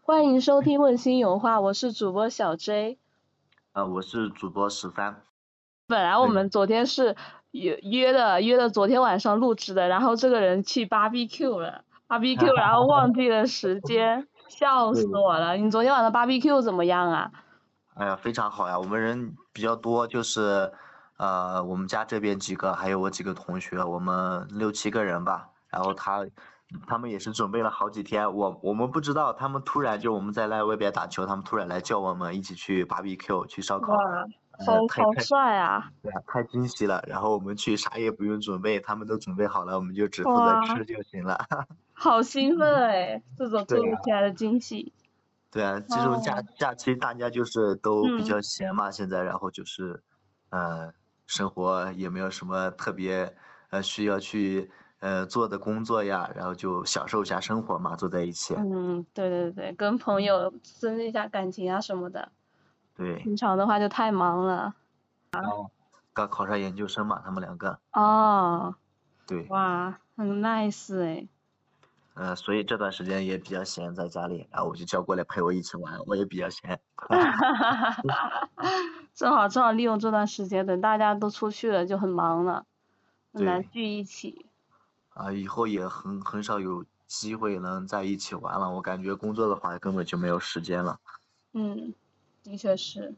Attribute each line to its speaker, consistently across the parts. Speaker 1: 欢迎收听《问心有话》，我是主播小 J。
Speaker 2: 呃，我是主播十三。
Speaker 1: 本
Speaker 2: 哎
Speaker 1: 来我们昨天是约约的约的昨天晚上录制的，然后这个人去 BBQ 了，BBQ，然后忘记了时间， 笑死我了！你昨天晚上 BBQ 怎么样啊？
Speaker 2: 哎呀，非常好呀，我们人比较多，就是呃，我们家这边几个，还有我几个同学，我们六七个人吧。然后他他们也是准备了好几天，我我们不知道，他们突然就我们在那外边打球，他们突然来叫我们一起去 BBQ 去烧烤，
Speaker 1: 哇，
Speaker 2: 呃
Speaker 1: 好
Speaker 2: 太
Speaker 1: 好
Speaker 2: 太
Speaker 1: 帅啊！
Speaker 2: 对啊太惊喜了。然后我们去啥也不用准备，他们都准备好了，我们就只负责
Speaker 1: 哇
Speaker 2: 吃就行了。
Speaker 1: 好兴奋哎，这种突
Speaker 2: 嗯
Speaker 1: 如
Speaker 2: 对啊呀
Speaker 1: 其来的惊喜。
Speaker 2: 对啊，这种假
Speaker 1: 哦
Speaker 2: 假期大家就是都比
Speaker 1: 嗯
Speaker 2: 较闲嘛，现在然后就是，呃，生活也没有什么特别呃需要去呃做的工作呀，然后就享受一下生活嘛，坐在一起。
Speaker 1: 嗯，对对对，跟朋友增进一下感情啊什么的，
Speaker 2: 对，
Speaker 1: 平常的话就太忙了。
Speaker 2: 刚考上研究生嘛，他们两个。
Speaker 1: 哦，
Speaker 2: 对，
Speaker 1: 哇，很 nice 哎。
Speaker 2: 呃，所以这段时间也比较闲，在家里，然后我就叫过来陪我一起玩，我也比较闲。
Speaker 1: 正好正好利用这段时间，等大家都出去了就很忙了，很难
Speaker 2: 对
Speaker 1: 聚一起。
Speaker 2: 啊，以后也很很少有机会能在一起玩了，我感觉工作的话根本就没有时间了。
Speaker 1: 嗯，的确是。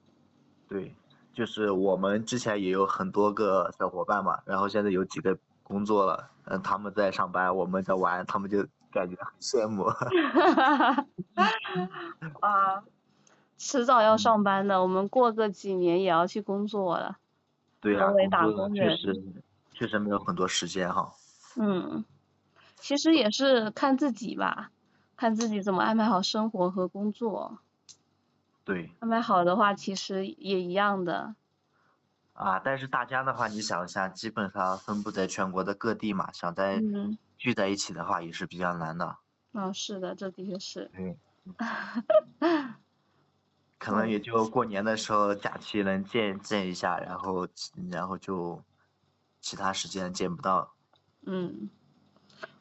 Speaker 2: 对，就是我们之前也有很多个小伙伴嘛，然后现在有几个工作了，嗯，他们在上班，我们在玩，他们就感觉很羡慕。
Speaker 1: 啊，迟早要
Speaker 2: 嗯
Speaker 1: 上班的，我们过个几年也要去工作了。
Speaker 2: 对啊，
Speaker 1: 沦为
Speaker 2: 工
Speaker 1: 打
Speaker 2: 作
Speaker 1: 工
Speaker 2: 确
Speaker 1: 人
Speaker 2: 实确实没有很多时间哈。
Speaker 1: 嗯，其实也是看自己吧，看自己怎么安排好生活和工作。
Speaker 2: 对
Speaker 1: 安排好的话，其实也一样的。
Speaker 2: 啊，但是大家的话，你想一下，基本上分布在全国的各地嘛，想在
Speaker 1: 嗯，
Speaker 2: 聚在一起的话也是比较难的。
Speaker 1: 啊、是的，这的确是。
Speaker 2: 对，可能也就过年的时候假期能见见一下，然后然后就其他时间见不到。
Speaker 1: 嗯，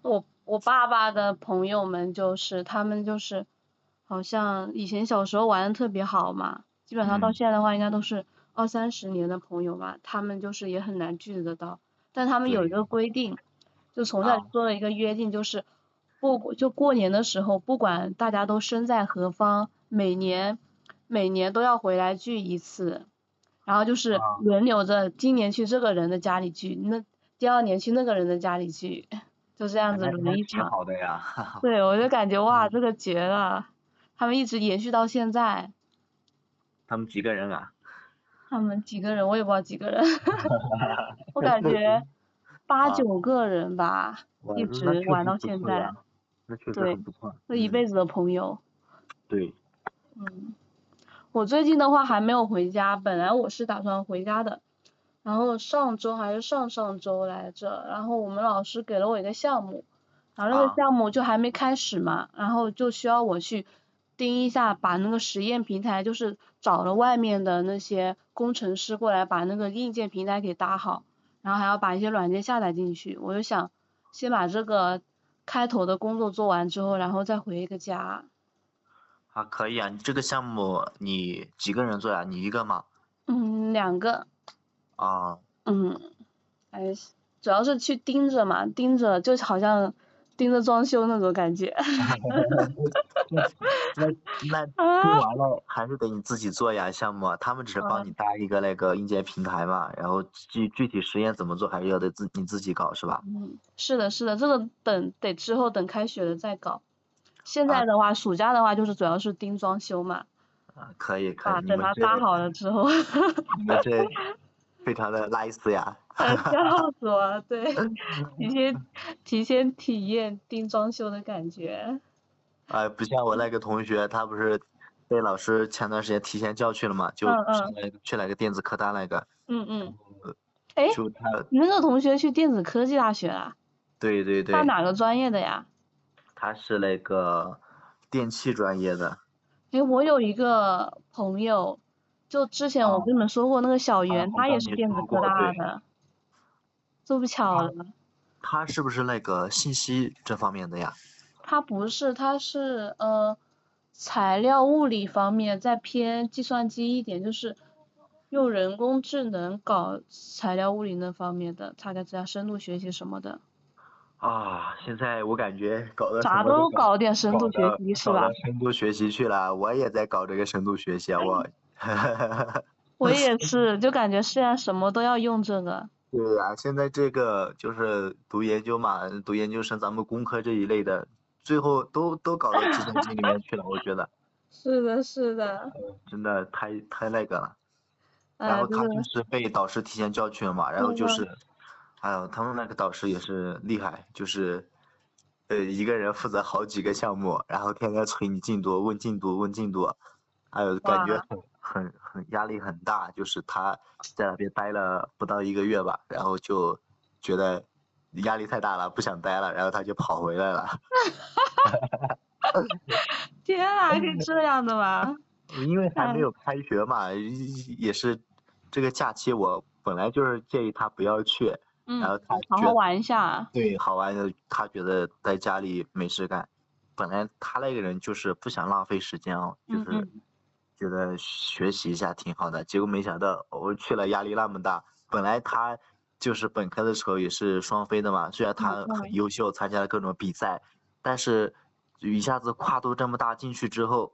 Speaker 1: 我我爸爸的朋友们就是他们就是，好像以前小时候玩的特别好嘛，基本上到
Speaker 2: 嗯
Speaker 1: 现在的话，应该都是二三十年的朋友吧，他们就是也很难聚得到，但他们有一
Speaker 2: 对
Speaker 1: 个规定，就从小
Speaker 2: 啊
Speaker 1: 就做了一个约定，就是不就过年的时候，不管大家都身在何方，每年每年都要回来聚一次。然后就是
Speaker 2: 啊
Speaker 1: 轮流着，今年去这个人的家里聚，那第二年去那个人的家里聚，就这样子
Speaker 2: 那
Speaker 1: 轮
Speaker 2: 那
Speaker 1: 一
Speaker 2: 挺
Speaker 1: 场。
Speaker 2: 好的呀，哈哈。
Speaker 1: 对，我就感觉哇，
Speaker 2: 嗯
Speaker 1: 这个绝了！他们一直延续到现在，
Speaker 2: 他们几个人啊？
Speaker 1: 他们几个人我也不知道几个 人，我感觉八
Speaker 2: 啊
Speaker 1: 九个人吧，
Speaker 2: 哇
Speaker 1: 一
Speaker 2: 那
Speaker 1: 直
Speaker 2: 那确
Speaker 1: 玩
Speaker 2: 实
Speaker 1: 到
Speaker 2: 不
Speaker 1: 现
Speaker 2: 错
Speaker 1: 在
Speaker 2: 呀，那确实
Speaker 1: 对
Speaker 2: 很不错。
Speaker 1: 这一
Speaker 2: 嗯
Speaker 1: 辈子的朋友。
Speaker 2: 对，
Speaker 1: 嗯，我最近的话还没有回家，本来我是打算回家的，然后上周还是上上周来着，然后我们老师给了我一个项目，然后那个
Speaker 2: 啊
Speaker 1: 项目就还没开始嘛，然后就需要我去盯一下，把那个实验平台，就是找了外面的那些工程师过来把那个硬件平台给搭好，然后还要把一些软件下载进去，我就想先把这个开头的工作做完之后，然后再回一个家。
Speaker 2: 啊可以啊，你这个项目你几个人做呀？你一个吗？
Speaker 1: 嗯，两个，
Speaker 2: 啊，
Speaker 1: 嗯，还是主要是去盯着嘛，盯着就好像盯着装修那种感 觉
Speaker 2: 那那定
Speaker 1: 啊。
Speaker 2: 完了还是得你自己做呀项目啊，他们只是
Speaker 1: 啊
Speaker 2: 帮你搭一个那个硬件平台嘛，然后具具体实验怎么做还是要得自你自己搞是吧？
Speaker 1: 嗯，是的，是的，这个等得之后等开学了再搞。现
Speaker 2: 啊
Speaker 1: 在的话，暑假的话就是主要是盯装修嘛，
Speaker 2: 啊，可以可
Speaker 1: 啊，
Speaker 2: 以，你
Speaker 1: 等
Speaker 2: 们
Speaker 1: 它
Speaker 2: 这
Speaker 1: 搭好了之 后，
Speaker 2: 你们 这非常的 nice 呀。
Speaker 1: 笑死我了，啊 对，提前提前体验盯装修的感觉。
Speaker 2: 啊，不像我那个同学，他不是被老师前段时间提前叫去了嘛，就
Speaker 1: 嗯嗯
Speaker 2: 上了一个去了个电子科大那个，
Speaker 1: 嗯嗯，哎，
Speaker 2: 就他，
Speaker 1: 你那个同学去电子科技大学啦？
Speaker 2: 对对对
Speaker 1: 上，哪个专业的呀？
Speaker 2: 他是那个电气专业的，
Speaker 1: 诶，我有一个朋友，就之前我
Speaker 2: 哦
Speaker 1: 跟你们说过那个小
Speaker 2: 好
Speaker 1: 袁，他
Speaker 2: 像
Speaker 1: 也是
Speaker 2: 你
Speaker 1: 电子
Speaker 2: 说
Speaker 1: 科
Speaker 2: 过
Speaker 1: 大
Speaker 2: 对
Speaker 1: 的，这不巧
Speaker 2: 他
Speaker 1: 了，
Speaker 2: 他是不是那个信息这方面的呀？
Speaker 1: 他不是，他是呃材料物理方面再偏计算机一点，就是用人工智能搞材料物理那方面的，大概只要深度学习什么的，
Speaker 2: 啊，现在我感觉搞得
Speaker 1: 啥都搞点深度学习是吧？？
Speaker 2: 深度学习去了，我也在搞这个深度学习啊，我。
Speaker 1: 哎 我也是，就感觉现在什么都要用这个。
Speaker 2: 对呀、现在这个就是读研究嘛，读研究生，咱们工科这一类的，最后都都搞到计算机里面去了，我觉得
Speaker 1: 是的，是的，
Speaker 2: 真的太太那个了。然
Speaker 1: 哎
Speaker 2: 后
Speaker 1: 这
Speaker 2: 他
Speaker 1: 个
Speaker 2: 就是被导师提前教去了嘛，然后就
Speaker 1: 对
Speaker 2: 是，哎呦，他们那个导师也是厉害，就是，呃，一个人负责好几个项目，然后天天催你进度，问进度，问进度，哎呦，感觉
Speaker 1: 哇
Speaker 2: 很很很压力很大，就是他在那边待了不到一个月吧，然后就觉得压力太大了，不想待了，然后他就跑回来了，
Speaker 1: 天啊，还可以这样的吗？
Speaker 2: 因为还
Speaker 1: 哎
Speaker 2: 没有开学嘛，也是这个假期我本来就是建议他不要去。
Speaker 1: 嗯，
Speaker 2: 然后他
Speaker 1: 好
Speaker 2: 觉
Speaker 1: 好
Speaker 2: 得
Speaker 1: 玩一下。啊
Speaker 2: 对，好玩的，他觉得在家里没事干。本来他那个人就是不想浪费时间哦，就
Speaker 1: 嗯
Speaker 2: 是觉得学习一下挺好的。结果没想到我去了压力那么大。本来他就是本科的时候也是双非的嘛，虽
Speaker 1: 嗯
Speaker 2: 然他
Speaker 1: 对
Speaker 2: 很优秀，参加了各种比赛，但是一下子跨度这么大进去之后，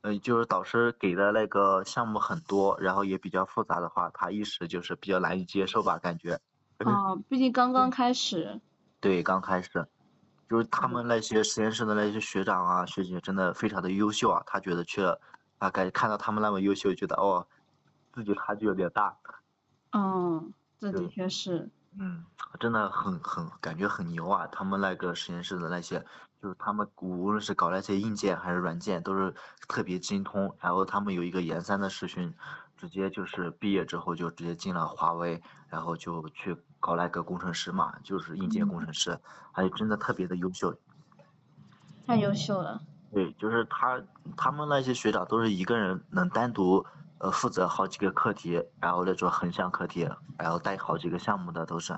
Speaker 2: 嗯、就是导师给的那个项目很多，然后也比较复杂的话，他一时就是比较难以接受吧，感觉。
Speaker 1: 啊，毕竟刚刚开始。
Speaker 2: 对，刚开始，就是他们那些实验室的那些学长啊、学姐，真的非常的优秀啊。他觉得去了，啊，感觉看到他们那么优秀，觉得哦，自己差距有点大。
Speaker 1: 嗯，这的
Speaker 2: 对
Speaker 1: 确是。
Speaker 2: 嗯，真的很很感觉很牛啊！他们那个实验室的那些，就是他们无论是搞那些硬件还是软件，都是特别精通。然后他们有一个研三的师兄，直接就是毕业之后就直接进了华为，然后就去搞那个工程师嘛，就是硬件工程师，还真的特别的优秀。
Speaker 1: 太优秀了，
Speaker 2: 对，就是他他们那些学长都是一个人能单独呃负责好几个课题，然后那种横向课题，然后带好几个项目的都是。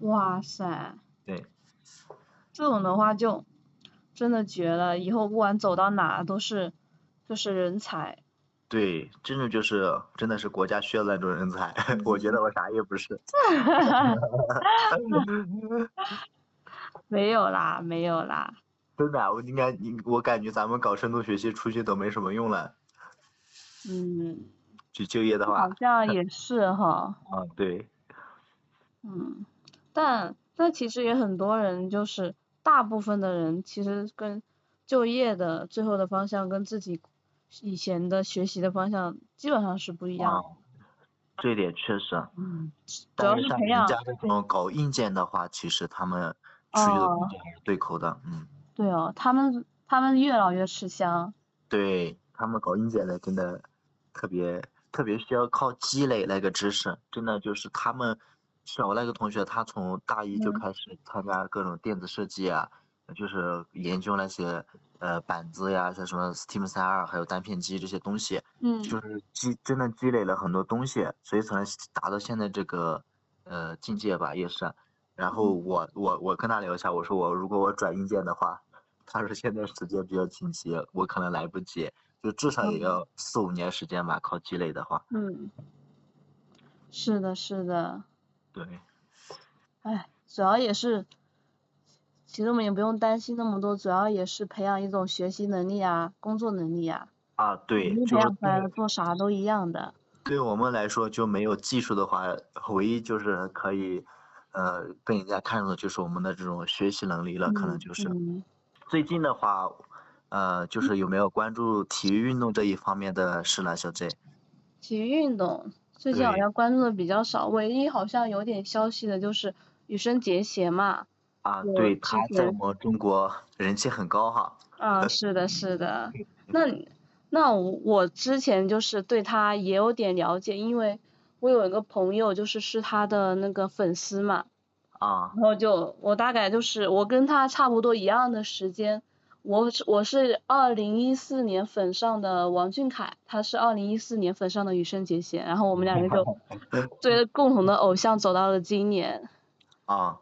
Speaker 1: 哇塞，
Speaker 2: 对，
Speaker 1: 这种的话就真的绝了，以后不管走到哪都是就是人才。
Speaker 2: 对，真的就是真的是国家需要那种人才， 我觉得我啥也不 是。
Speaker 1: 没有啦，没有啦，
Speaker 2: 真的啊，我应该你我感觉咱们搞深度学习出去都没什么用了，
Speaker 1: 嗯，
Speaker 2: 去就业的话
Speaker 1: 好，像也是哈，
Speaker 2: 啊对，
Speaker 1: 嗯，但但其实也很多人就是大部分的人其实跟就业的最后的方向跟自己以前的学习的方向基本上是不一样
Speaker 2: 啊
Speaker 1: 的，，
Speaker 2: 这点确实。
Speaker 1: 嗯，主
Speaker 2: 但
Speaker 1: 要
Speaker 2: 是
Speaker 1: 是
Speaker 2: 像
Speaker 1: 培
Speaker 2: 人
Speaker 1: 养
Speaker 2: 家这种搞硬件的话，其实他们出去的
Speaker 1: 哦
Speaker 2: 空间还是对口的，嗯，
Speaker 1: 对哦，他们他们越老越吃香，
Speaker 2: 对他们搞硬件的真的特别特别需要靠积累那个知识，真的就是他们，像我那个同学，他从大一就
Speaker 1: 嗯
Speaker 2: 开始参加各种电子设计啊，就是研究那些呃板子呀，像什么 Steam 三二还有单片机这些东西，
Speaker 1: 嗯，
Speaker 2: 就是积真的积累了很多东西，所以才能达到现在这个呃境界吧，也是。然后
Speaker 1: 嗯
Speaker 2: 我我我跟他聊一下，我说我如果我转硬件的话，他说现在时间比较紧急，我可能来不及，就至少
Speaker 1: 嗯
Speaker 2: 也要四五年时间吧，靠积累的话。
Speaker 1: 嗯，是的，是的，
Speaker 2: 对，
Speaker 1: 哎，主要也是，其实我们也不用担心那么多，主要也是培养一种学习能力啊，工作能力啊，
Speaker 2: 啊对，
Speaker 1: 能力
Speaker 2: 就
Speaker 1: 培
Speaker 2: 是
Speaker 1: 养出来了，做啥都一样的，
Speaker 2: 对我们来说就没有技术的话，唯一就是可以呃被人家看中的就是我们的这种学习能力了，可能
Speaker 1: 嗯
Speaker 2: 就是。
Speaker 1: 嗯
Speaker 2: 最近的话，呃，就是有没有关注体育运动这一方面的事呢，小 J？
Speaker 1: 体育运动最近好
Speaker 2: 对
Speaker 1: 像关注的比较少，唯一好像有点消息的就是羽生结弦嘛，
Speaker 2: 啊，
Speaker 1: 我
Speaker 2: 对，
Speaker 1: 之
Speaker 2: 他在
Speaker 1: 前
Speaker 2: 我们中国人气很高哈。
Speaker 1: 啊，是的，是的。
Speaker 2: 嗯
Speaker 1: 那你那我我之前就是对他也有点了解，因为我有一个朋友，就是是他的那个粉丝嘛，
Speaker 2: 啊
Speaker 1: 然后就我大概就是我跟他差不多一样的时间，我是我是二零一四年粉上的王俊凯，他是二零一四年粉上的羽生结弦，然后我们两个就追着共同的偶像走到了今年。
Speaker 2: 啊，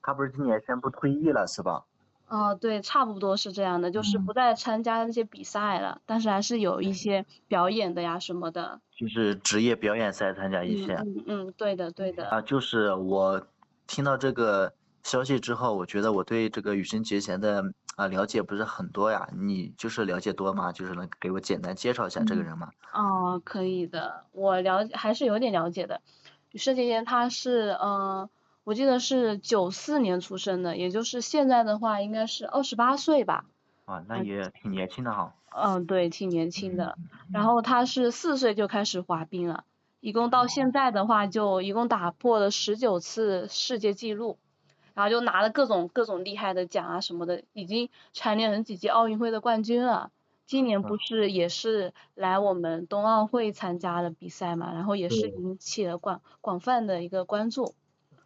Speaker 2: 他不是今年宣布退役了是吧？
Speaker 1: 哦，对，差不多是这样的，就是不再参加那些比赛了，但是还是有一些表演的呀什么的。
Speaker 2: 就是职业表演赛参加一些。
Speaker 1: 嗯嗯嗯，对的对的。
Speaker 2: 啊，就是我听到这个消息之后，我觉得我对这个羽生结弦的啊了解不是很多呀。你就是了解多吗？就是能给我简单介绍一下这个人吗？
Speaker 1: 哦，可以的，我了解还是有点了解的。羽生结弦他是呃，我记得是九四年出生的，也就是现在的话应该是二十八岁吧。
Speaker 2: 啊，那也挺年轻的哈。
Speaker 1: 嗯，对，挺年轻的。
Speaker 2: 嗯
Speaker 1: 然后他是四岁就开始滑冰了，一共
Speaker 2: 哦
Speaker 1: 到现在的话就一共打破了十九次世界纪录，然后就拿了各种各种厉害的奖啊什么的，已经蝉联了几届奥运会的冠军了。今年不
Speaker 2: 嗯
Speaker 1: 是也是来我们冬奥会参加了比赛嘛，然后也是
Speaker 2: 对
Speaker 1: 引起了广广泛的一个关注。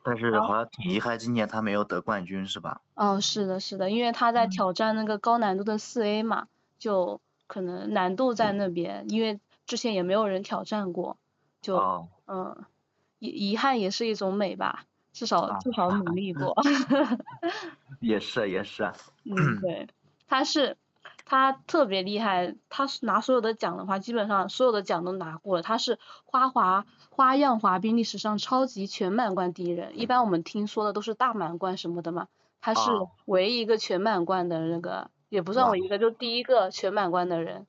Speaker 2: 但是好像挺遗憾，今年他没有得冠军是吧？
Speaker 1: 哦，是的，是的，因为他在
Speaker 2: 嗯
Speaker 1: 挑战那个高难度的四 A 嘛，就可能难度在那边，因为之前也没有人挑战过，就
Speaker 2: 哦，
Speaker 1: 嗯，遗遗憾也是一种美吧，至少
Speaker 2: 啊
Speaker 1: 至少努力过。
Speaker 2: 也是也是。
Speaker 1: 嗯，对，他是他特别厉害，他是拿所有的奖的话，基本上所有的奖都拿过了。他是花滑花样滑冰历史上超级全满贯第一人，一般我们听说的都是大满贯什么的嘛，他是
Speaker 2: 哦
Speaker 1: 唯一一个全满贯的那个，也不算
Speaker 2: 哇
Speaker 1: 唯一一个，就第一个全满贯的人。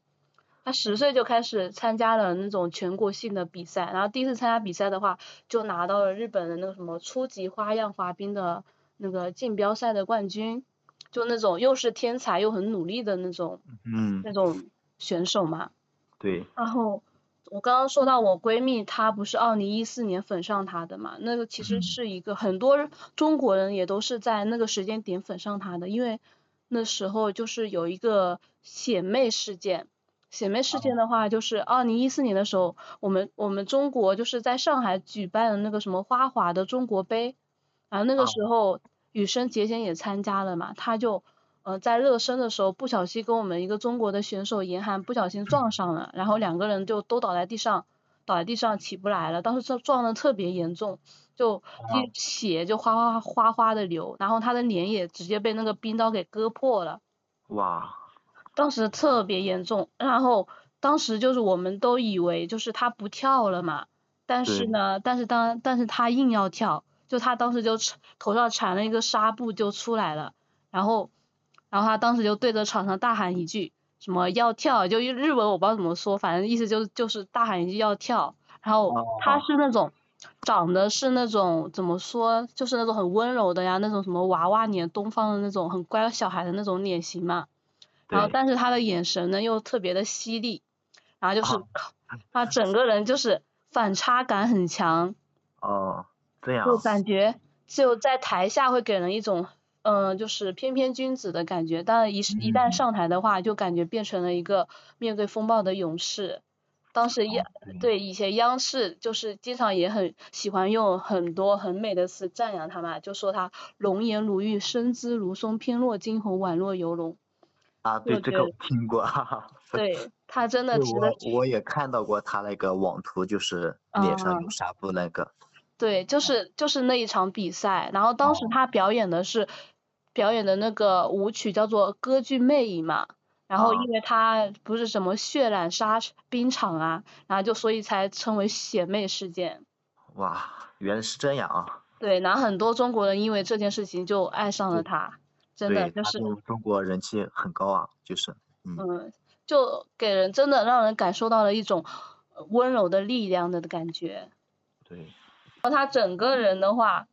Speaker 1: 他十岁就开始参加了那种全国性的比赛，然后第一次参加比赛的话，就拿到了日本的那个什么初级花样滑冰的那个竞标赛的冠军，就那种又是天才又很努力的那种
Speaker 2: 嗯，
Speaker 1: 那种选手嘛。
Speaker 2: 对，
Speaker 1: 然后我刚刚说到我闺蜜，她不是二零一四年粉上他的嘛？那个其实
Speaker 2: 嗯
Speaker 1: 是一个很多中国人也都是在那个时间点粉上他的，因为那时候就是有一个姐妹事件。姐妹事件的话，就是二零一四年的时候，我们我们中国就是在上海举办了那个什么花滑的中国杯，然后那个
Speaker 2: 哦
Speaker 1: 时候羽生结弦也参加了嘛，他就呃，在热身的时候不小心跟我们一个中国的选手严寒不小心撞上了，然后两个人就都倒在地上，倒在地上起不来了。当时撞撞的特别严重，就
Speaker 2: 啊
Speaker 1: 血就哗哗哗哗的流，然后他的脸也直接被那个冰刀给割破了。
Speaker 2: 哇，
Speaker 1: 当时特别严重，然后当时就是我们都以为就是他不跳了嘛，但是
Speaker 2: 对
Speaker 1: 呢，但是当但是他硬要跳，就他当时就缠头上缠了一个纱布就出来了，然后然后他当时就对着场上大喊一句什么要跳，就日文我不知道怎么说，反正意思就是就是大喊一句要跳，然后他
Speaker 2: 哦
Speaker 1: 是那种。长得是那种怎么说，就是那种很温柔的呀，那种什么娃娃脸，东方的那种很乖小孩的那种脸型嘛。然后
Speaker 2: 对，
Speaker 1: 但是他的眼神呢又特别的犀利，然后就是
Speaker 2: 啊
Speaker 1: 他整个人就是反差感很强，
Speaker 2: 哦，这样
Speaker 1: 就感觉就在台下会给人一种嗯、呃就是翩翩君子的感觉，但一是一旦
Speaker 2: 嗯
Speaker 1: 上台的话，就感觉变成了一个面对风暴的勇士。当时央
Speaker 2: 哦嗯
Speaker 1: 对以前央视就是经常也很喜欢用很多很美的词赞扬他嘛，就说他容颜如玉，身姿如松，翩若惊鸿，宛若游 龙。
Speaker 2: 啊，对
Speaker 1: 就
Speaker 2: 这
Speaker 1: 觉
Speaker 2: 个
Speaker 1: 得
Speaker 2: 我听过，哈 哈。
Speaker 1: 对他真的
Speaker 2: 对，
Speaker 1: 值得
Speaker 2: 我我也看到过他那个网图，就是脸上有
Speaker 1: 嗯
Speaker 2: 纱布那个。
Speaker 1: 对，就是就是那一场比赛，然后当时
Speaker 2: 哦
Speaker 1: 他表演的是表演的那个舞曲叫做《歌剧魅影》嘛，然后
Speaker 2: 啊
Speaker 1: 因为他不是什么血染沙冰场啊，然后就所以才称为血妹事件。
Speaker 2: 哇，原来是这样啊！
Speaker 1: 对，然后很多中国人因为这件事情就爱上了
Speaker 2: 对
Speaker 1: 他，真的
Speaker 2: 对，
Speaker 1: 就
Speaker 2: 他
Speaker 1: 是
Speaker 2: 中中国人气很高啊，就是，嗯，
Speaker 1: 嗯，就给人真的让人感受到了一种呃温柔的力量的感觉。
Speaker 2: 对，
Speaker 1: 他整个人的话，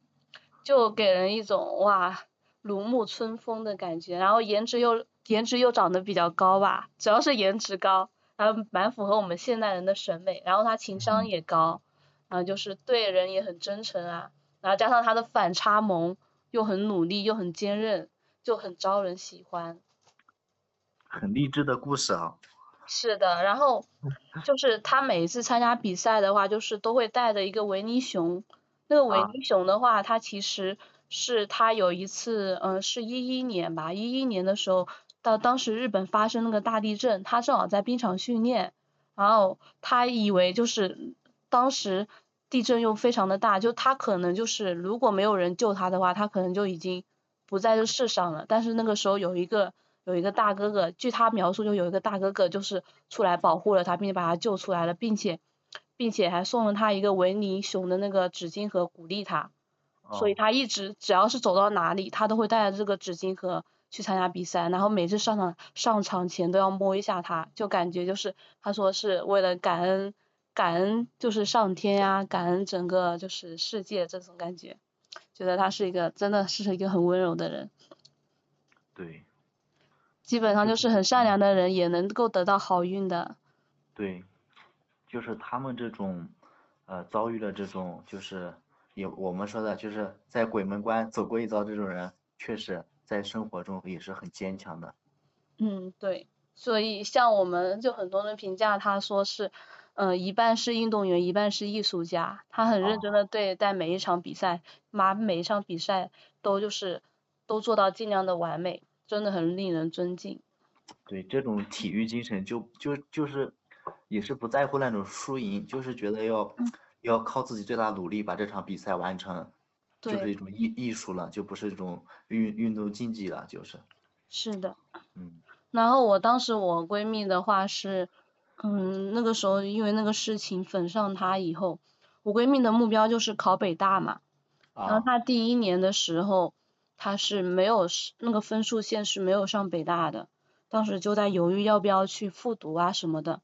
Speaker 1: 就给人一种哇如沐春风的感觉，然后颜值又颜值又长得比较高吧，主要是颜值高，然后蛮符合我们现代人的审美，然后他情商
Speaker 2: 嗯
Speaker 1: 也高，然后就是对人也很真诚啊，然后加上他的反差萌又很努力又很坚韧，就很招人喜欢。
Speaker 2: 很励志的故事啊。
Speaker 1: 是的，然后就是他每一次参加比赛的话，就是都会带着一个维尼熊。那个维
Speaker 2: 啊
Speaker 1: 尼熊的话，它其实是他有一次，嗯、是一一年吧，一一年的时候，到当时日本发生那个大地震，他正好在冰场训练，然后他以为就是当时地震又非常的大，就他可能就是如果没有人救他的话，他可能就已经不在这世上了。但是那个时候有一个有一个大哥哥，据他描述，就有一个大哥哥就是出来保护了他，并且把他救出来了，并且并且还送了他一个维尼熊的那个纸巾盒，鼓励他。所以
Speaker 2: 哦
Speaker 1: 他一直只要是走到哪里，他都会带着这个纸巾盒去参加比赛，然后每次上场上场前都要摸一下它，就感觉就是他说是为了感恩感恩就是上天呀、感恩整个就是世界这种感觉，觉得他是一个真的是一个很温柔的人，
Speaker 2: 对
Speaker 1: 基本上
Speaker 2: 对
Speaker 1: 就是很善良的人也能够得到好运的，
Speaker 2: 对，就是他们这种，呃，遭遇了这种，就是也我们说的，就是在鬼门关走过一遭这种人，确实在生活中也是很坚强的。
Speaker 1: 嗯，对，所以像我们就很多人评价他说是，嗯、一半是运动员，一半是艺术家。他很认真的对待每一场比赛，把每一场比赛都就是都做到尽量的完美，真的很令人尊敬。
Speaker 2: 对，这种体育精神就就就是也是不在乎那种输赢，就是觉得要
Speaker 1: 嗯
Speaker 2: 要靠自己最大努力把这场比赛完成，就是
Speaker 1: 对，
Speaker 2: 一种艺艺术了，就不是一种运运动竞技了，就是，
Speaker 1: 是的。
Speaker 2: 嗯，
Speaker 1: 然后我当时我闺蜜的话是，嗯，那个时候因为那个事情粉上她以后，我闺蜜的目标就是考北大嘛。然后
Speaker 2: 啊，
Speaker 1: 他第一年的时候，他是没有是那个分数线是没有上北大的，当时就在犹豫要不要去复读啊什么的。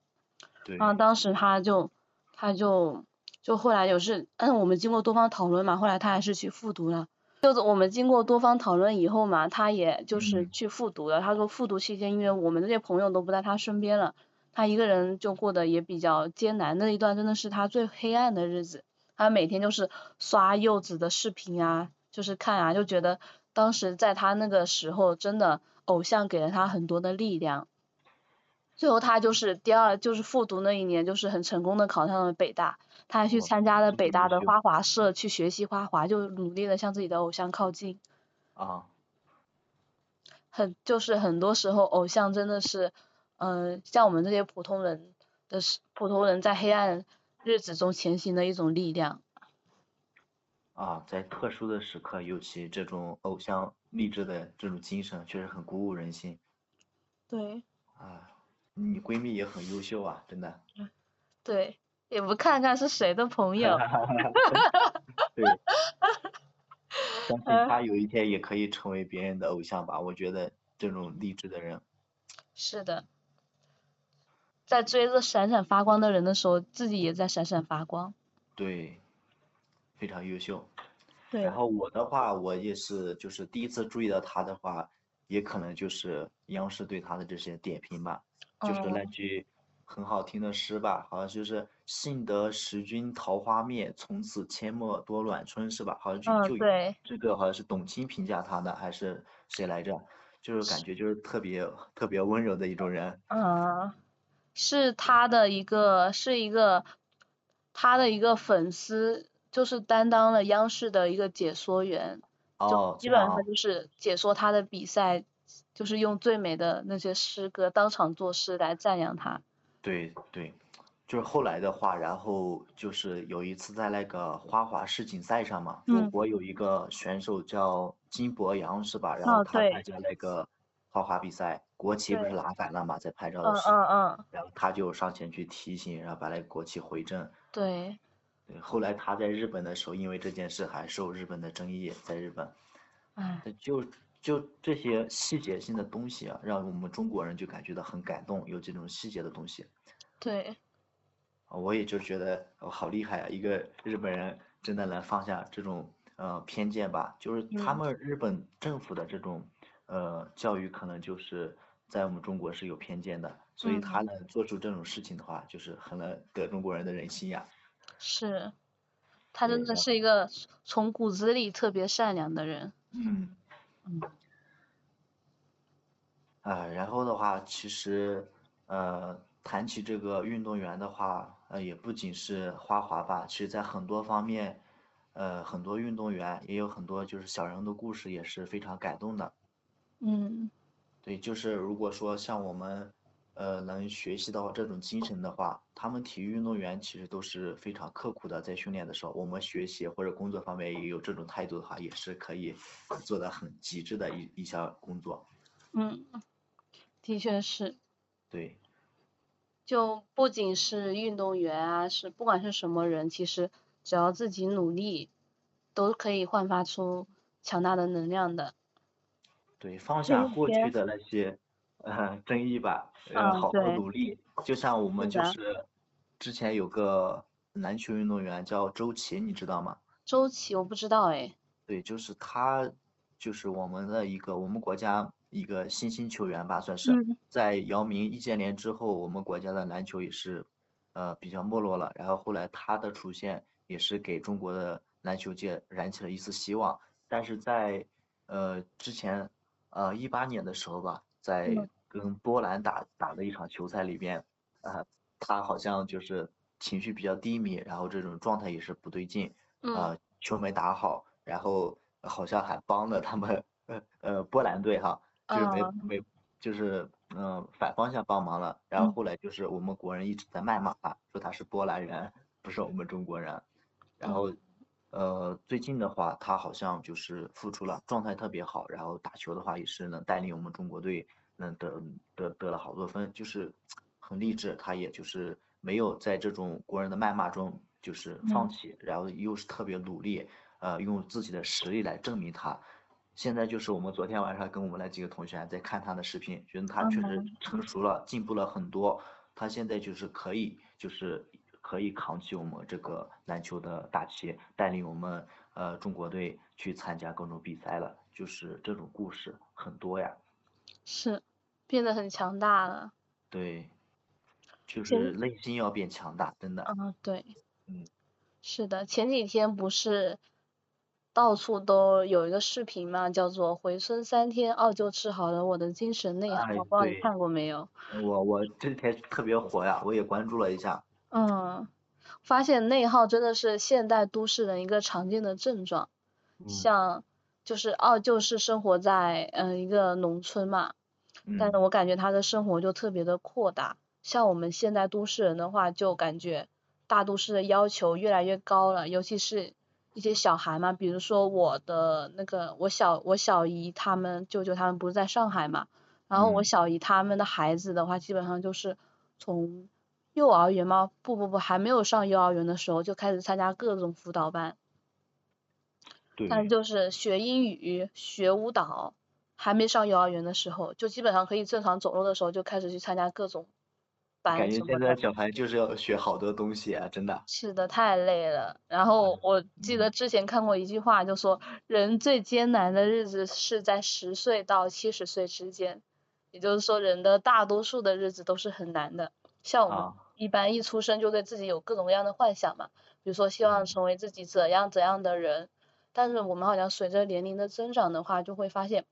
Speaker 2: 对，
Speaker 1: 然后当时他啊就他就就后来有是，嗯，我们经过多方讨论嘛，后来他还是去复读了。就是我们经过多方讨论以后嘛，他也就是
Speaker 2: 嗯
Speaker 1: 去复读了。他说复读期间，因为我们这些朋友都不在他身边了，他一个人就过得也比较艰难。那一段真的是他最黑暗的日子。他每天就是刷柚子的视频啊，就是看啊，就觉得当时在他那个时候，真的偶像给了他很多的力量。最后他就是第二，就是复读那一年，就是很成功的考上了北大，他还去
Speaker 2: 哇，
Speaker 1: 参加了
Speaker 2: 真
Speaker 1: 北
Speaker 2: 的
Speaker 1: 大
Speaker 2: 优
Speaker 1: 的
Speaker 2: 秀
Speaker 1: 花滑社去学习花滑，就努力的向自己的偶像靠近。
Speaker 2: 啊，
Speaker 1: 很就是很多时候偶像真的是，嗯、像我们这些普通人的是普通人在黑暗日子中前行的一种力量。
Speaker 2: 啊，在特殊的时刻，尤其这种偶像励志的这种精神，确实很鼓舞人心
Speaker 1: 对。
Speaker 2: 啊。你闺蜜也很优秀啊，真的。
Speaker 1: 对，也不看看是谁的朋友，
Speaker 2: 对，相信
Speaker 1: 呃，
Speaker 2: 她有一天也可以成为别人的偶像吧。我觉得这种励志的人，
Speaker 1: 是的，在追着闪闪发光的人的时候，自己也在闪闪发光。
Speaker 2: 对，非常优秀。然
Speaker 1: 对，
Speaker 2: 后我的话，我也是就是第一次注意到他的话，也可能就是央视对他的这些点评吧，就是那
Speaker 1: 哦，
Speaker 2: 句很好听的诗吧，好像就是“幸得识君桃花面，从此阡陌多暖春”是吧？好像就
Speaker 1: 嗯，
Speaker 2: 就
Speaker 1: 对，
Speaker 2: 这个好像是董卿评价他的，还是谁来着？就是感觉就是特别特别温柔的一种人。
Speaker 1: 嗯，是他的一个，是一个，他的一个粉丝，就是担当了央视的一个解说员，就
Speaker 2: 哦，
Speaker 1: 基
Speaker 2: 这
Speaker 1: 本
Speaker 2: 样
Speaker 1: 上
Speaker 2: 啊，
Speaker 1: 就是解说他的比赛，就是用最美的那些诗歌当场作诗来赞扬他。
Speaker 2: 对对，就是后来的话，然后就是有一次在那个花滑世锦赛上嘛，中
Speaker 1: 嗯，
Speaker 2: 国有一个选手叫金博洋是吧？然后
Speaker 1: 哦，
Speaker 2: 他参
Speaker 1: 对，
Speaker 2: 加那个花滑比赛，国旗不是
Speaker 1: 对，
Speaker 2: 拿反了嘛，在拍照
Speaker 1: 嗯
Speaker 2: 的时候，
Speaker 1: 嗯嗯，
Speaker 2: 然后他就上前去提醒，然后把那个国旗回正。
Speaker 1: 对。
Speaker 2: 对，后来他在日本的时候，因为这件事还受日本的争议，在日本，
Speaker 1: 唉
Speaker 2: 但就就这些细节性的东西啊，让我们中国人就感觉到很感动，有这种细节的东西。
Speaker 1: 对，
Speaker 2: 我也就觉得哦好厉害啊！一个日本人真的能放下这种呃偏见吧，就是他
Speaker 1: 嗯，
Speaker 2: 们日本政府的这种呃教育，可能就是在我们中国是有偏见的，所以他
Speaker 1: 嗯，
Speaker 2: 能做出这种事情的话，就是很能得中国人的人心呀。
Speaker 1: 是，他真
Speaker 2: 对，
Speaker 1: 的
Speaker 2: 然
Speaker 1: 是一
Speaker 2: 后
Speaker 1: 个从骨子里特别善良的人。
Speaker 2: 嗯。
Speaker 1: 嗯，
Speaker 2: 啊，然后的话，其实，呃，谈起这个运动员的话，呃，也不仅是花滑吧，其实在很多方面，呃，很多运动员也有很多就是小人物的故事，也是非常感动的。
Speaker 1: 嗯，
Speaker 2: 对，就是如果说像我们。呃能学习到这种精神的话，他们体育运动员其实都是非常刻苦的，在训练的时候，我们学习或者工作方面也有这种态度的话，也是可以做的很极致的一一项工作。
Speaker 1: 嗯，的确是，
Speaker 2: 对，
Speaker 1: 就不仅是运动员啊，是不管是什么人，其实只要自己努力，都可以焕发出强大的能量的。
Speaker 2: 对，放下
Speaker 1: 对
Speaker 2: 过
Speaker 1: 别
Speaker 2: 去的那些呃争议吧，呃，
Speaker 1: 嗯
Speaker 2: 好好
Speaker 1: 对
Speaker 2: 努力。就像我们
Speaker 1: 是
Speaker 2: 就
Speaker 1: 的
Speaker 2: 是之前有个篮球运动员叫周琦，你知道吗？
Speaker 1: 周琦我不知道哎，
Speaker 2: 对，就是他，就是我们的一个我们国家一个新兴球员吧，算是
Speaker 1: 嗯
Speaker 2: 在姚明、易建联之后，我们国家的篮球也是呃比较没落了。然后后来他的出现也是给中国的篮球界燃起了一丝希望。但是在呃之前呃一八年的时候吧，在
Speaker 1: 嗯
Speaker 2: 跟波兰打打的一场球赛里边，啊、他好像就是情绪比较低迷，然后这种状态也是不对劲。
Speaker 1: 嗯
Speaker 2: 呃球没打好，然后好像还帮了他们呃呃波兰队哈，就是没
Speaker 1: 啊
Speaker 2: 没就是嗯、呃反方向帮忙了，然后
Speaker 1: 嗯
Speaker 2: 后来就是我们国人一直在谩骂他，说他是波兰人，不是我们中国人，然
Speaker 1: 嗯
Speaker 2: 后呃最近的话他好像就是复出了，状态特别好，然后打球的话也是能带领我们中国队能得得得了好多分，就是很励志，他也就是没有在这种国人的谩骂中就是放
Speaker 1: 嗯
Speaker 2: 弃，然后又是特别努力，呃，用自己的实力来证明他。现在就是我们昨天晚上跟我们那几个同学还在看他的视频，觉得他确实
Speaker 1: 嗯
Speaker 2: 成熟了，进步了很多。他现在就是可以，就是可以扛起我们这个篮球的大旗，带领我们呃中国队去参加各种比赛了。就是这种故事很多呀，
Speaker 1: 是变得很强大了。
Speaker 2: 对，就
Speaker 1: 前
Speaker 2: 是内心要变强大，真的，
Speaker 1: 啊对，
Speaker 2: 嗯，
Speaker 1: 是的，前几天不是到处都有一个视频嘛，叫做“回村三天，二舅治好了我的精神内耗”，
Speaker 2: 哎，
Speaker 1: 我不知道你
Speaker 2: 对。
Speaker 1: 看过没有？
Speaker 2: 我我这台特别火呀，我也关注了一下。
Speaker 1: 嗯，发现内耗真的是现代都市人一个常见的症状。
Speaker 2: 嗯
Speaker 1: 像就是二舅是生活在嗯、呃一个农村嘛，但是
Speaker 2: 嗯，
Speaker 1: 我感觉他的生活就特别的扩大。像我们现在都市人的话，就感觉大都市的要求越来越高了，尤其是一些小孩嘛，比如说我的那个我小我小姨他们舅舅他们不是在上海嘛，然后我
Speaker 2: 嗯
Speaker 1: 小姨他们的孩子的话，基本上就是从幼儿园嘛，不不不，还没有上幼儿园的时候就开始参加各种辅导班，但是
Speaker 2: 对，
Speaker 1: 就是学英语、学舞蹈，还没上幼儿园的时候，就基本上可以正常走路的时候就开始去参加各种
Speaker 2: 感
Speaker 1: 班
Speaker 2: 觉
Speaker 1: 什
Speaker 2: 现
Speaker 1: 么
Speaker 2: 在
Speaker 1: 的，
Speaker 2: 小孩就是要学好多东西啊，真的。
Speaker 1: 是的，太累了。然后我记得
Speaker 2: 嗯，
Speaker 1: 之前看过一句话，就说人最艰难的日子是在十岁到七十岁之间，也就是说人的大多数的日子都是很难的。像我们
Speaker 2: 啊，
Speaker 1: 一般一出生就对自己有各种各样的幻想嘛，比如说希望
Speaker 2: 嗯
Speaker 1: 成为自己怎样怎样的人，但是我们好像随着年龄的增长的话，就会发现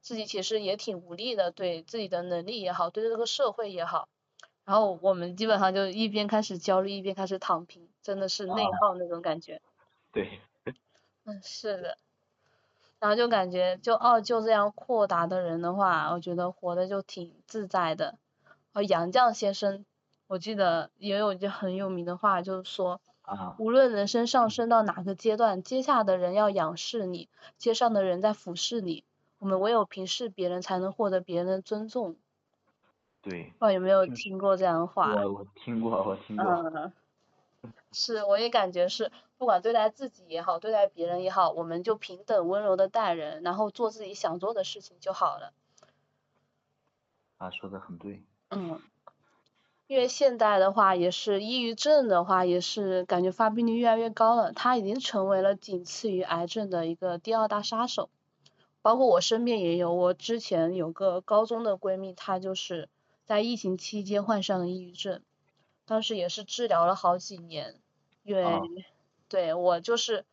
Speaker 1: 自己其实也挺无力的，对自己的能力也好，对这个社会也好。然后我们基本上就一边开始焦虑，一边开始躺平，真的是内
Speaker 2: 啊，
Speaker 1: 耗那种感觉。
Speaker 2: 对，
Speaker 1: 嗯，是的。然后就感觉就哦，就这样豁达的人的话，我觉得活得就挺自在的。而杨绛先生，我记得也有一句很有名的话，就是说，
Speaker 2: 啊，
Speaker 1: 无论人生上升到哪个阶段，阶下的人要仰视你，阶上的人在俯视你。我们唯有平视别人，才能获得别人的尊重。
Speaker 2: 对，
Speaker 1: 不知道有没有
Speaker 2: 确实，
Speaker 1: 听过这样的话？
Speaker 2: 我我听过，我听过。
Speaker 1: 嗯。 是，我也感觉是，不管对待自己也好，对待别人也好，我们就平等温柔的待人，然后做自己想做的事情就好了。
Speaker 2: 啊，说的很对。
Speaker 1: 嗯，因为现在的话，也是抑郁症的话，也是感觉发病率越来越高了，它已经成为了仅次于癌症的一个第二大杀手。包括我身边也有，我之前有个高中的闺蜜，她就是在疫情期间患上了抑郁症。当时也是治疗了好几年，因为
Speaker 2: 啊，
Speaker 1: 对我就是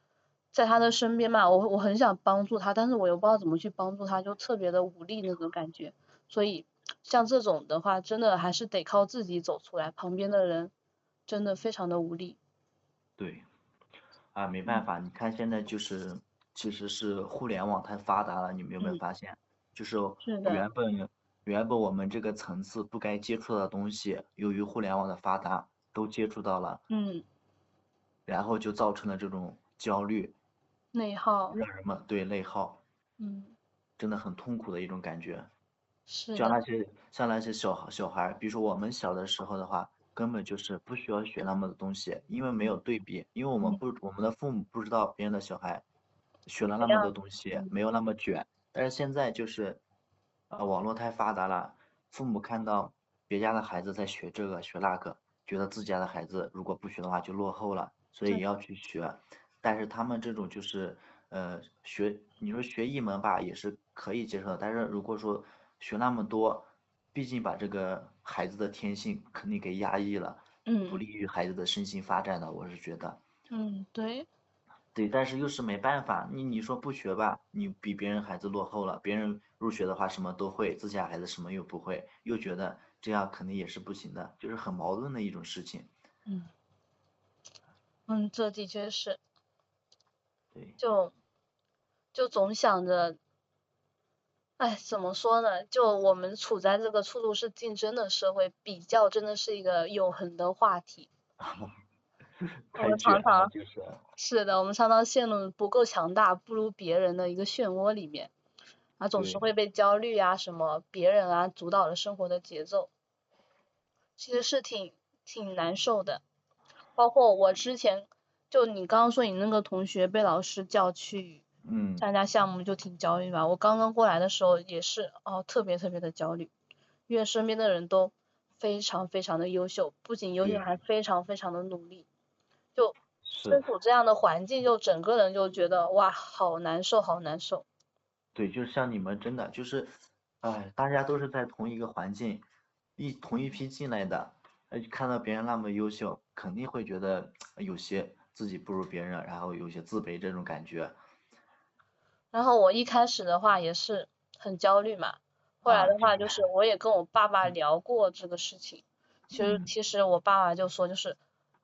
Speaker 1: 在他的身边嘛，我我很想帮助他，但是我又不知道怎么去帮助他，就特别的无力那种感觉。所以像这种的话，真的还是得靠自己走出来，旁边的人真的非常的无力。
Speaker 2: 对，啊，没办
Speaker 1: 嗯
Speaker 2: 法，你看现在就是其实是互联网太发达了，你们有没有
Speaker 1: 嗯，
Speaker 2: 发现？就是
Speaker 1: 是的，
Speaker 2: 原本。原本我们这个层次不该接触到的东西，由于互联网的发达，都接触到了，
Speaker 1: 嗯，
Speaker 2: 然后就造成了这种焦虑，
Speaker 1: 内耗，
Speaker 2: 让人们对内耗，
Speaker 1: 嗯，
Speaker 2: 真的很痛苦的一种感觉。
Speaker 1: 是
Speaker 2: 像那
Speaker 1: 的，
Speaker 2: 些像那些小孩小孩儿，比如说我们小的时候的话，根本就是不需要学那么多东西，因为没有对比，因为我们
Speaker 1: 嗯，
Speaker 2: 不我们的父母不知道别人的小孩学了
Speaker 1: 这
Speaker 2: 那么多
Speaker 1: 样，
Speaker 2: 东西，
Speaker 1: 嗯
Speaker 2: 没有那么卷。但是现在就是，呃，网络太发达了，父母看到别家的孩子在学这个学那个，觉得自己家的孩子如果不学的话就落后了，所以
Speaker 1: 对，
Speaker 2: 也要去学。但是他们这种就是，呃，学你说学一门吧也是可以接受的，但是如果说学那么多，毕竟把这个孩子的天性肯定给压抑了，不
Speaker 1: 嗯
Speaker 2: 利于孩子的身心发展的，我是觉得。
Speaker 1: 嗯，对，
Speaker 2: 对，但是又是没办法，你你说不学吧，你比别人孩子落后了，别人入学的话什么都会，自家孩子什么又不会，又觉得这样肯定也是不行的，就是很矛盾的一种事情。
Speaker 1: 嗯嗯，这的确是，
Speaker 2: 对，
Speaker 1: 就就总想着。哎，怎么说呢？就我们处在这个处处是竞争的社会，比较真的是一个永恒的话 题。我
Speaker 2: 太
Speaker 1: 们
Speaker 2: 卷
Speaker 1: 常
Speaker 2: 了，
Speaker 1: 常，
Speaker 2: 就是，
Speaker 1: 是的，我们常常陷入不够强大、不如别人的一个漩涡里面，啊，总是
Speaker 2: 对，
Speaker 1: 会被焦虑啊、什么别人啊主导了生活的节奏，其实是挺挺难受的。包括我之前，就你刚刚说你那个同学被老师叫去
Speaker 2: 嗯，
Speaker 1: 参加项目，就挺焦虑吧。我刚刚过来的时候也是，哦，特别特别的焦虑，因为身边的人都非常非常的优秀，不仅优秀，
Speaker 2: 对，，
Speaker 1: 还非常非常的努力。就是身处这样的环境，就整个人就觉得哇，好难受，好难受。
Speaker 2: 对，就是像你们真的就是，哎，大家都是在同一个环境，一同一批进来的，呃，看到别人那么优秀，肯定会觉得有些自己不如别人，然后有些自卑这种感觉
Speaker 1: 然后我一开始的话也是很焦虑嘛，后来
Speaker 2: 啊，
Speaker 1: 的
Speaker 2: 这
Speaker 1: 话
Speaker 2: 个，
Speaker 1: 就是我也跟我爸爸聊过这个事情，其实
Speaker 2: 嗯，
Speaker 1: 其实我爸爸就说就是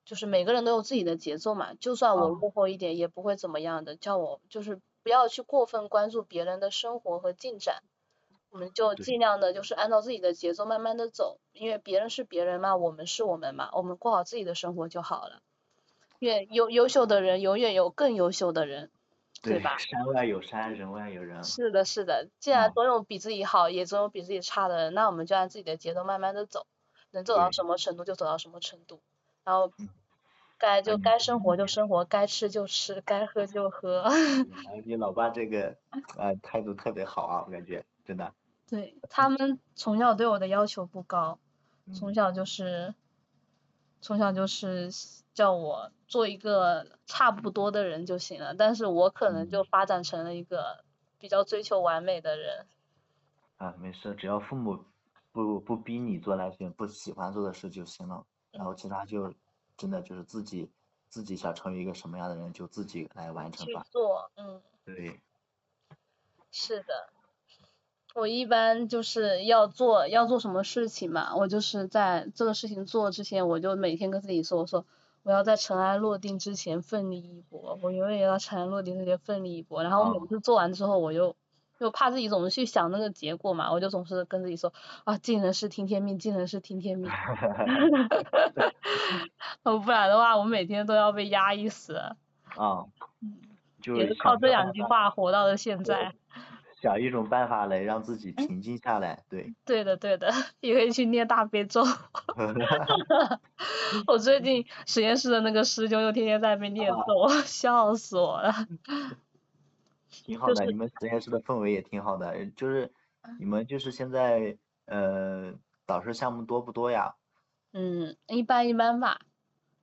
Speaker 1: 就是每个人都有自己的节奏嘛，就算我
Speaker 2: 啊，
Speaker 1: 落后一点也不会怎么样的，叫我就是不要去过分关注别人的生活和进展，我们就
Speaker 2: 对，
Speaker 1: 尽量的就是按照自己的节奏慢慢的走，因为别人是别人嘛，我们是我们嘛，我们过好自己的生活就好了，因为优优秀的人永远有更优秀的人，对
Speaker 2: 对，
Speaker 1: 吧？
Speaker 2: 山外有山，人外有人，
Speaker 1: 是的，是的，既然
Speaker 2: 啊，
Speaker 1: 总有比自己好，也总有比自己差的人，那我们就按自己的节奏慢慢的走，能走到
Speaker 2: 对，
Speaker 1: 什么程度就走到什么程度，然后
Speaker 2: 嗯，
Speaker 1: 该
Speaker 2: 啊，
Speaker 1: 就
Speaker 2: 你
Speaker 1: 该
Speaker 2: 这
Speaker 1: 生活就生活，该吃就吃，该喝就喝。
Speaker 2: 啊你老爸这个呃态度特别好啊，我感觉真的，
Speaker 1: 对，他们从小对我的要求不高，从
Speaker 2: 嗯，
Speaker 1: 小就是从小就是叫我做一个差不多的人就行了，但是我可能就
Speaker 2: 嗯。
Speaker 1: 发展成了一个比较追求完美的人。
Speaker 2: 啊，没事，只要父母不不逼你做那些不喜欢做的事就行了，然后
Speaker 1: 嗯。
Speaker 2: 其他就真的就是自己自己想成为一个什么样的人，就自己来完成
Speaker 1: 去
Speaker 2: 吧。
Speaker 1: 做，嗯，
Speaker 2: 对，
Speaker 1: 是的，我一般就是要做要做什么事情嘛，我就是在这个事情做之前，我就每天跟自己说，我说我要在尘埃落定之前奋力一搏，我永远要尘埃落定之前奋力一搏。然后我每
Speaker 2: 啊，
Speaker 1: 次做完之后，我又又怕自己总是去想那个结果嘛，我就总是跟自己说啊，尽人事听天命，尽人事听天命。 哦，不然的话，我每天都要被压抑死了。
Speaker 2: 啊，
Speaker 1: 嗯，
Speaker 2: 就
Speaker 1: 也
Speaker 2: 是
Speaker 1: 是靠
Speaker 2: 想
Speaker 1: 这
Speaker 2: 个
Speaker 1: 两
Speaker 2: 办
Speaker 1: 句
Speaker 2: 法，
Speaker 1: 话活到了现在。
Speaker 2: 想一种办法来让自己
Speaker 1: 哎嗯
Speaker 2: 平静下来。对，
Speaker 1: 对的，对的， 也可以去念大悲 咒。 我最近实验室的那个师兄又天天在那边念
Speaker 2: 啊，
Speaker 1: 咒， 笑死我了。
Speaker 2: 挺好
Speaker 1: 就
Speaker 2: 的，你
Speaker 1: 是，嗯
Speaker 2: 们实验室的氛围也挺好的，呃就是你们就是现在呃导师项目多不多呀？
Speaker 1: 嗯，一般一般吧，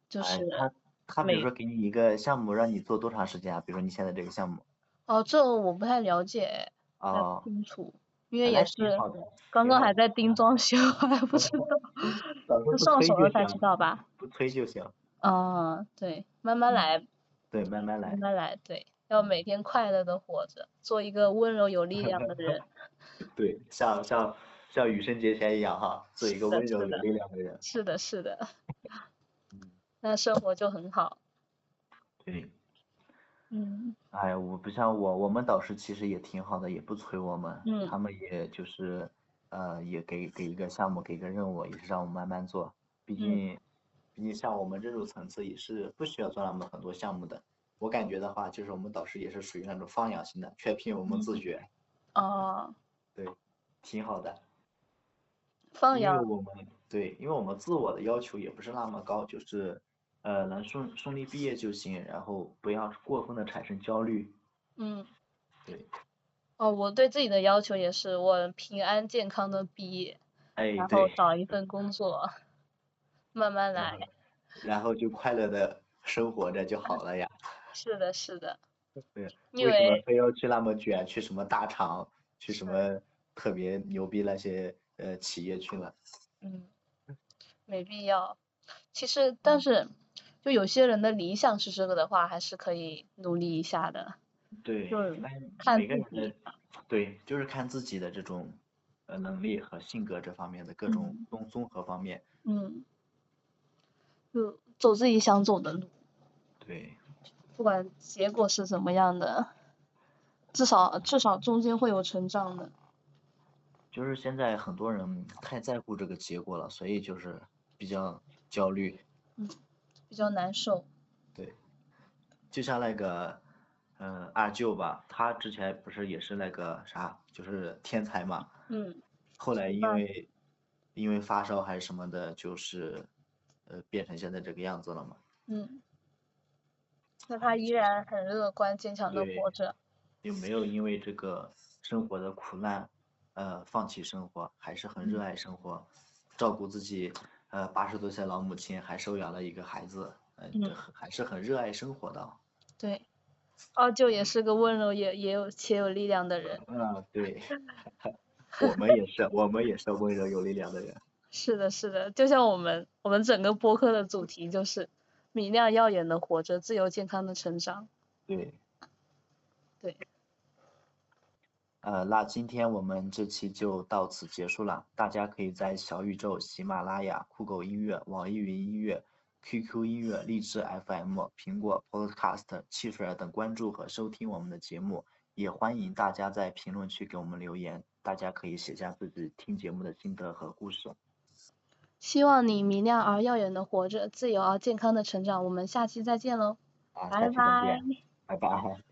Speaker 1: 就
Speaker 2: 哎，
Speaker 1: 是
Speaker 2: 他他比如
Speaker 1: 每，
Speaker 2: 说给你一个项目，让你做多长时间啊？比如说你现在这个项目，
Speaker 1: 哦，这个我不太了解，
Speaker 2: 啊、
Speaker 1: 还不
Speaker 2: 哦，
Speaker 1: 清楚，因为
Speaker 2: 哎，
Speaker 1: 也
Speaker 2: 那挺
Speaker 1: 是
Speaker 2: 好的，
Speaker 1: 刚刚
Speaker 2: 挺好
Speaker 1: 还
Speaker 2: 的。
Speaker 1: 在盯装修， 还不知道，
Speaker 2: 老
Speaker 1: 就
Speaker 2: 师不
Speaker 1: 上
Speaker 2: 催
Speaker 1: 手
Speaker 2: 就
Speaker 1: 了才知
Speaker 2: 行，
Speaker 1: 道吧。
Speaker 2: 不催就行。
Speaker 1: 嗯，对，慢慢
Speaker 2: 嗯，
Speaker 1: 来，
Speaker 2: 对，慢
Speaker 1: 慢
Speaker 2: 慢来。
Speaker 1: 慢来，对，要
Speaker 2: 嗯，
Speaker 1: 每天快乐的活着，做一个温柔有力量的人。
Speaker 2: 对，像像像羽生结弦一样哈，做一
Speaker 1: 是
Speaker 2: 个
Speaker 1: 的，
Speaker 2: 温柔
Speaker 1: 是
Speaker 2: 有
Speaker 1: 的，
Speaker 2: 力量的人。
Speaker 1: 是的，是的，
Speaker 2: 嗯，
Speaker 1: 那生活就很好。
Speaker 2: 对。
Speaker 1: 嗯
Speaker 2: 哎呀，我不像我，我们导师其实也挺好的，也不催我们，
Speaker 1: 嗯
Speaker 2: 他们也就是。呃，也给给一个项目，给一个任务，也是让我们慢慢做。
Speaker 1: 嗯
Speaker 2: 毕竟，毕竟像我们这种层次也是不需要做那么很多项目的。我感觉的话，就是我们导师也是属于那种放养型的，全凭我们
Speaker 1: 嗯
Speaker 2: 自觉，
Speaker 1: 哦，
Speaker 2: 对，挺好的。
Speaker 1: 放
Speaker 2: 因为
Speaker 1: 养，
Speaker 2: 我们对，因为我们自我的要求也不是那么高，就是呃能顺顺利毕业就行，然后不要过分的产生焦虑。
Speaker 1: 嗯，
Speaker 2: 对，
Speaker 1: 哦，我对自己的要求也是，我平安健康的毕业，
Speaker 2: 哎，
Speaker 1: 然后
Speaker 2: 对，
Speaker 1: 找一份工作，慢慢
Speaker 2: 然
Speaker 1: 来。
Speaker 2: 后嗯 然后就快乐的生活着就好 了呀。
Speaker 1: 是的，是的，
Speaker 2: 对，
Speaker 1: 因
Speaker 2: 为什么
Speaker 1: 为
Speaker 2: 非要去那么卷，去什么大厂，去什
Speaker 1: 是，
Speaker 2: 么特别牛逼那些呃企业去了？
Speaker 1: 嗯，没必要。其实，但
Speaker 2: 嗯，
Speaker 1: 是就有些人的理想是这个的话，还是可以努力一下的，
Speaker 2: 对，
Speaker 1: 就
Speaker 2: 那
Speaker 1: 看
Speaker 2: 每个
Speaker 1: 自
Speaker 2: 人
Speaker 1: 己
Speaker 2: 的，对，就是看自己的这种呃能力和性格这方面的各种
Speaker 1: 嗯
Speaker 2: 综综合方面，
Speaker 1: 嗯，就走自己想走的路，
Speaker 2: 对。
Speaker 1: 不管结果是怎么样的，至少至少中间会有成长的。
Speaker 2: 就是现在很多人太在乎这个结果了，所以就是比较焦虑。
Speaker 1: 嗯，比较难受。
Speaker 2: 对，就像那个，嗯、二舅吧，他之前不是也是那个啥，就是天才嘛，
Speaker 1: 嗯，
Speaker 2: 后来
Speaker 1: 是
Speaker 2: 因
Speaker 1: 吧？
Speaker 2: 为因为发烧还是什么的，就是呃变成现在这个样子了嘛。
Speaker 1: 嗯，那他
Speaker 2: 哎，
Speaker 1: 依
Speaker 2: 其实
Speaker 1: 然很乐观、坚强的活
Speaker 2: 对，
Speaker 1: 着。
Speaker 2: 有没有因为这个生活的苦难，呃，放弃生活，还是很
Speaker 1: 嗯，
Speaker 2: 热爱生活，照顾自己，呃，八十多岁老母亲还收养了一个孩子，嗯、呃，这
Speaker 1: 嗯，
Speaker 2: 很还是很热爱生活的。
Speaker 1: 对，二舅哦也是个温柔也也有且有力量的人。
Speaker 2: 嗯，对，我们也是，我们也是温柔有力量的人。
Speaker 1: 是的，是的，就像我们我们整个播客的主题就是明亮耀眼的活着，自由健康的成长。
Speaker 2: 对，
Speaker 1: 对，
Speaker 2: 呃，那今天我们这期就到此结束了。大家可以在小宇宙、喜马拉雅、酷狗音乐、网易云音乐、QQ 音乐、荔枝 FM、苹果 Podcast、汽水儿等关注和收听我们的节目，也欢迎大家在评论区给我们留言。大家可以写下自己听节目的心得和故事。
Speaker 1: 希望你明亮而耀眼的活着，自由而健康的成长。我们下期再见喽，
Speaker 2: 啊，下
Speaker 1: 拜
Speaker 2: 期再
Speaker 1: 拜。
Speaker 2: 见，拜拜。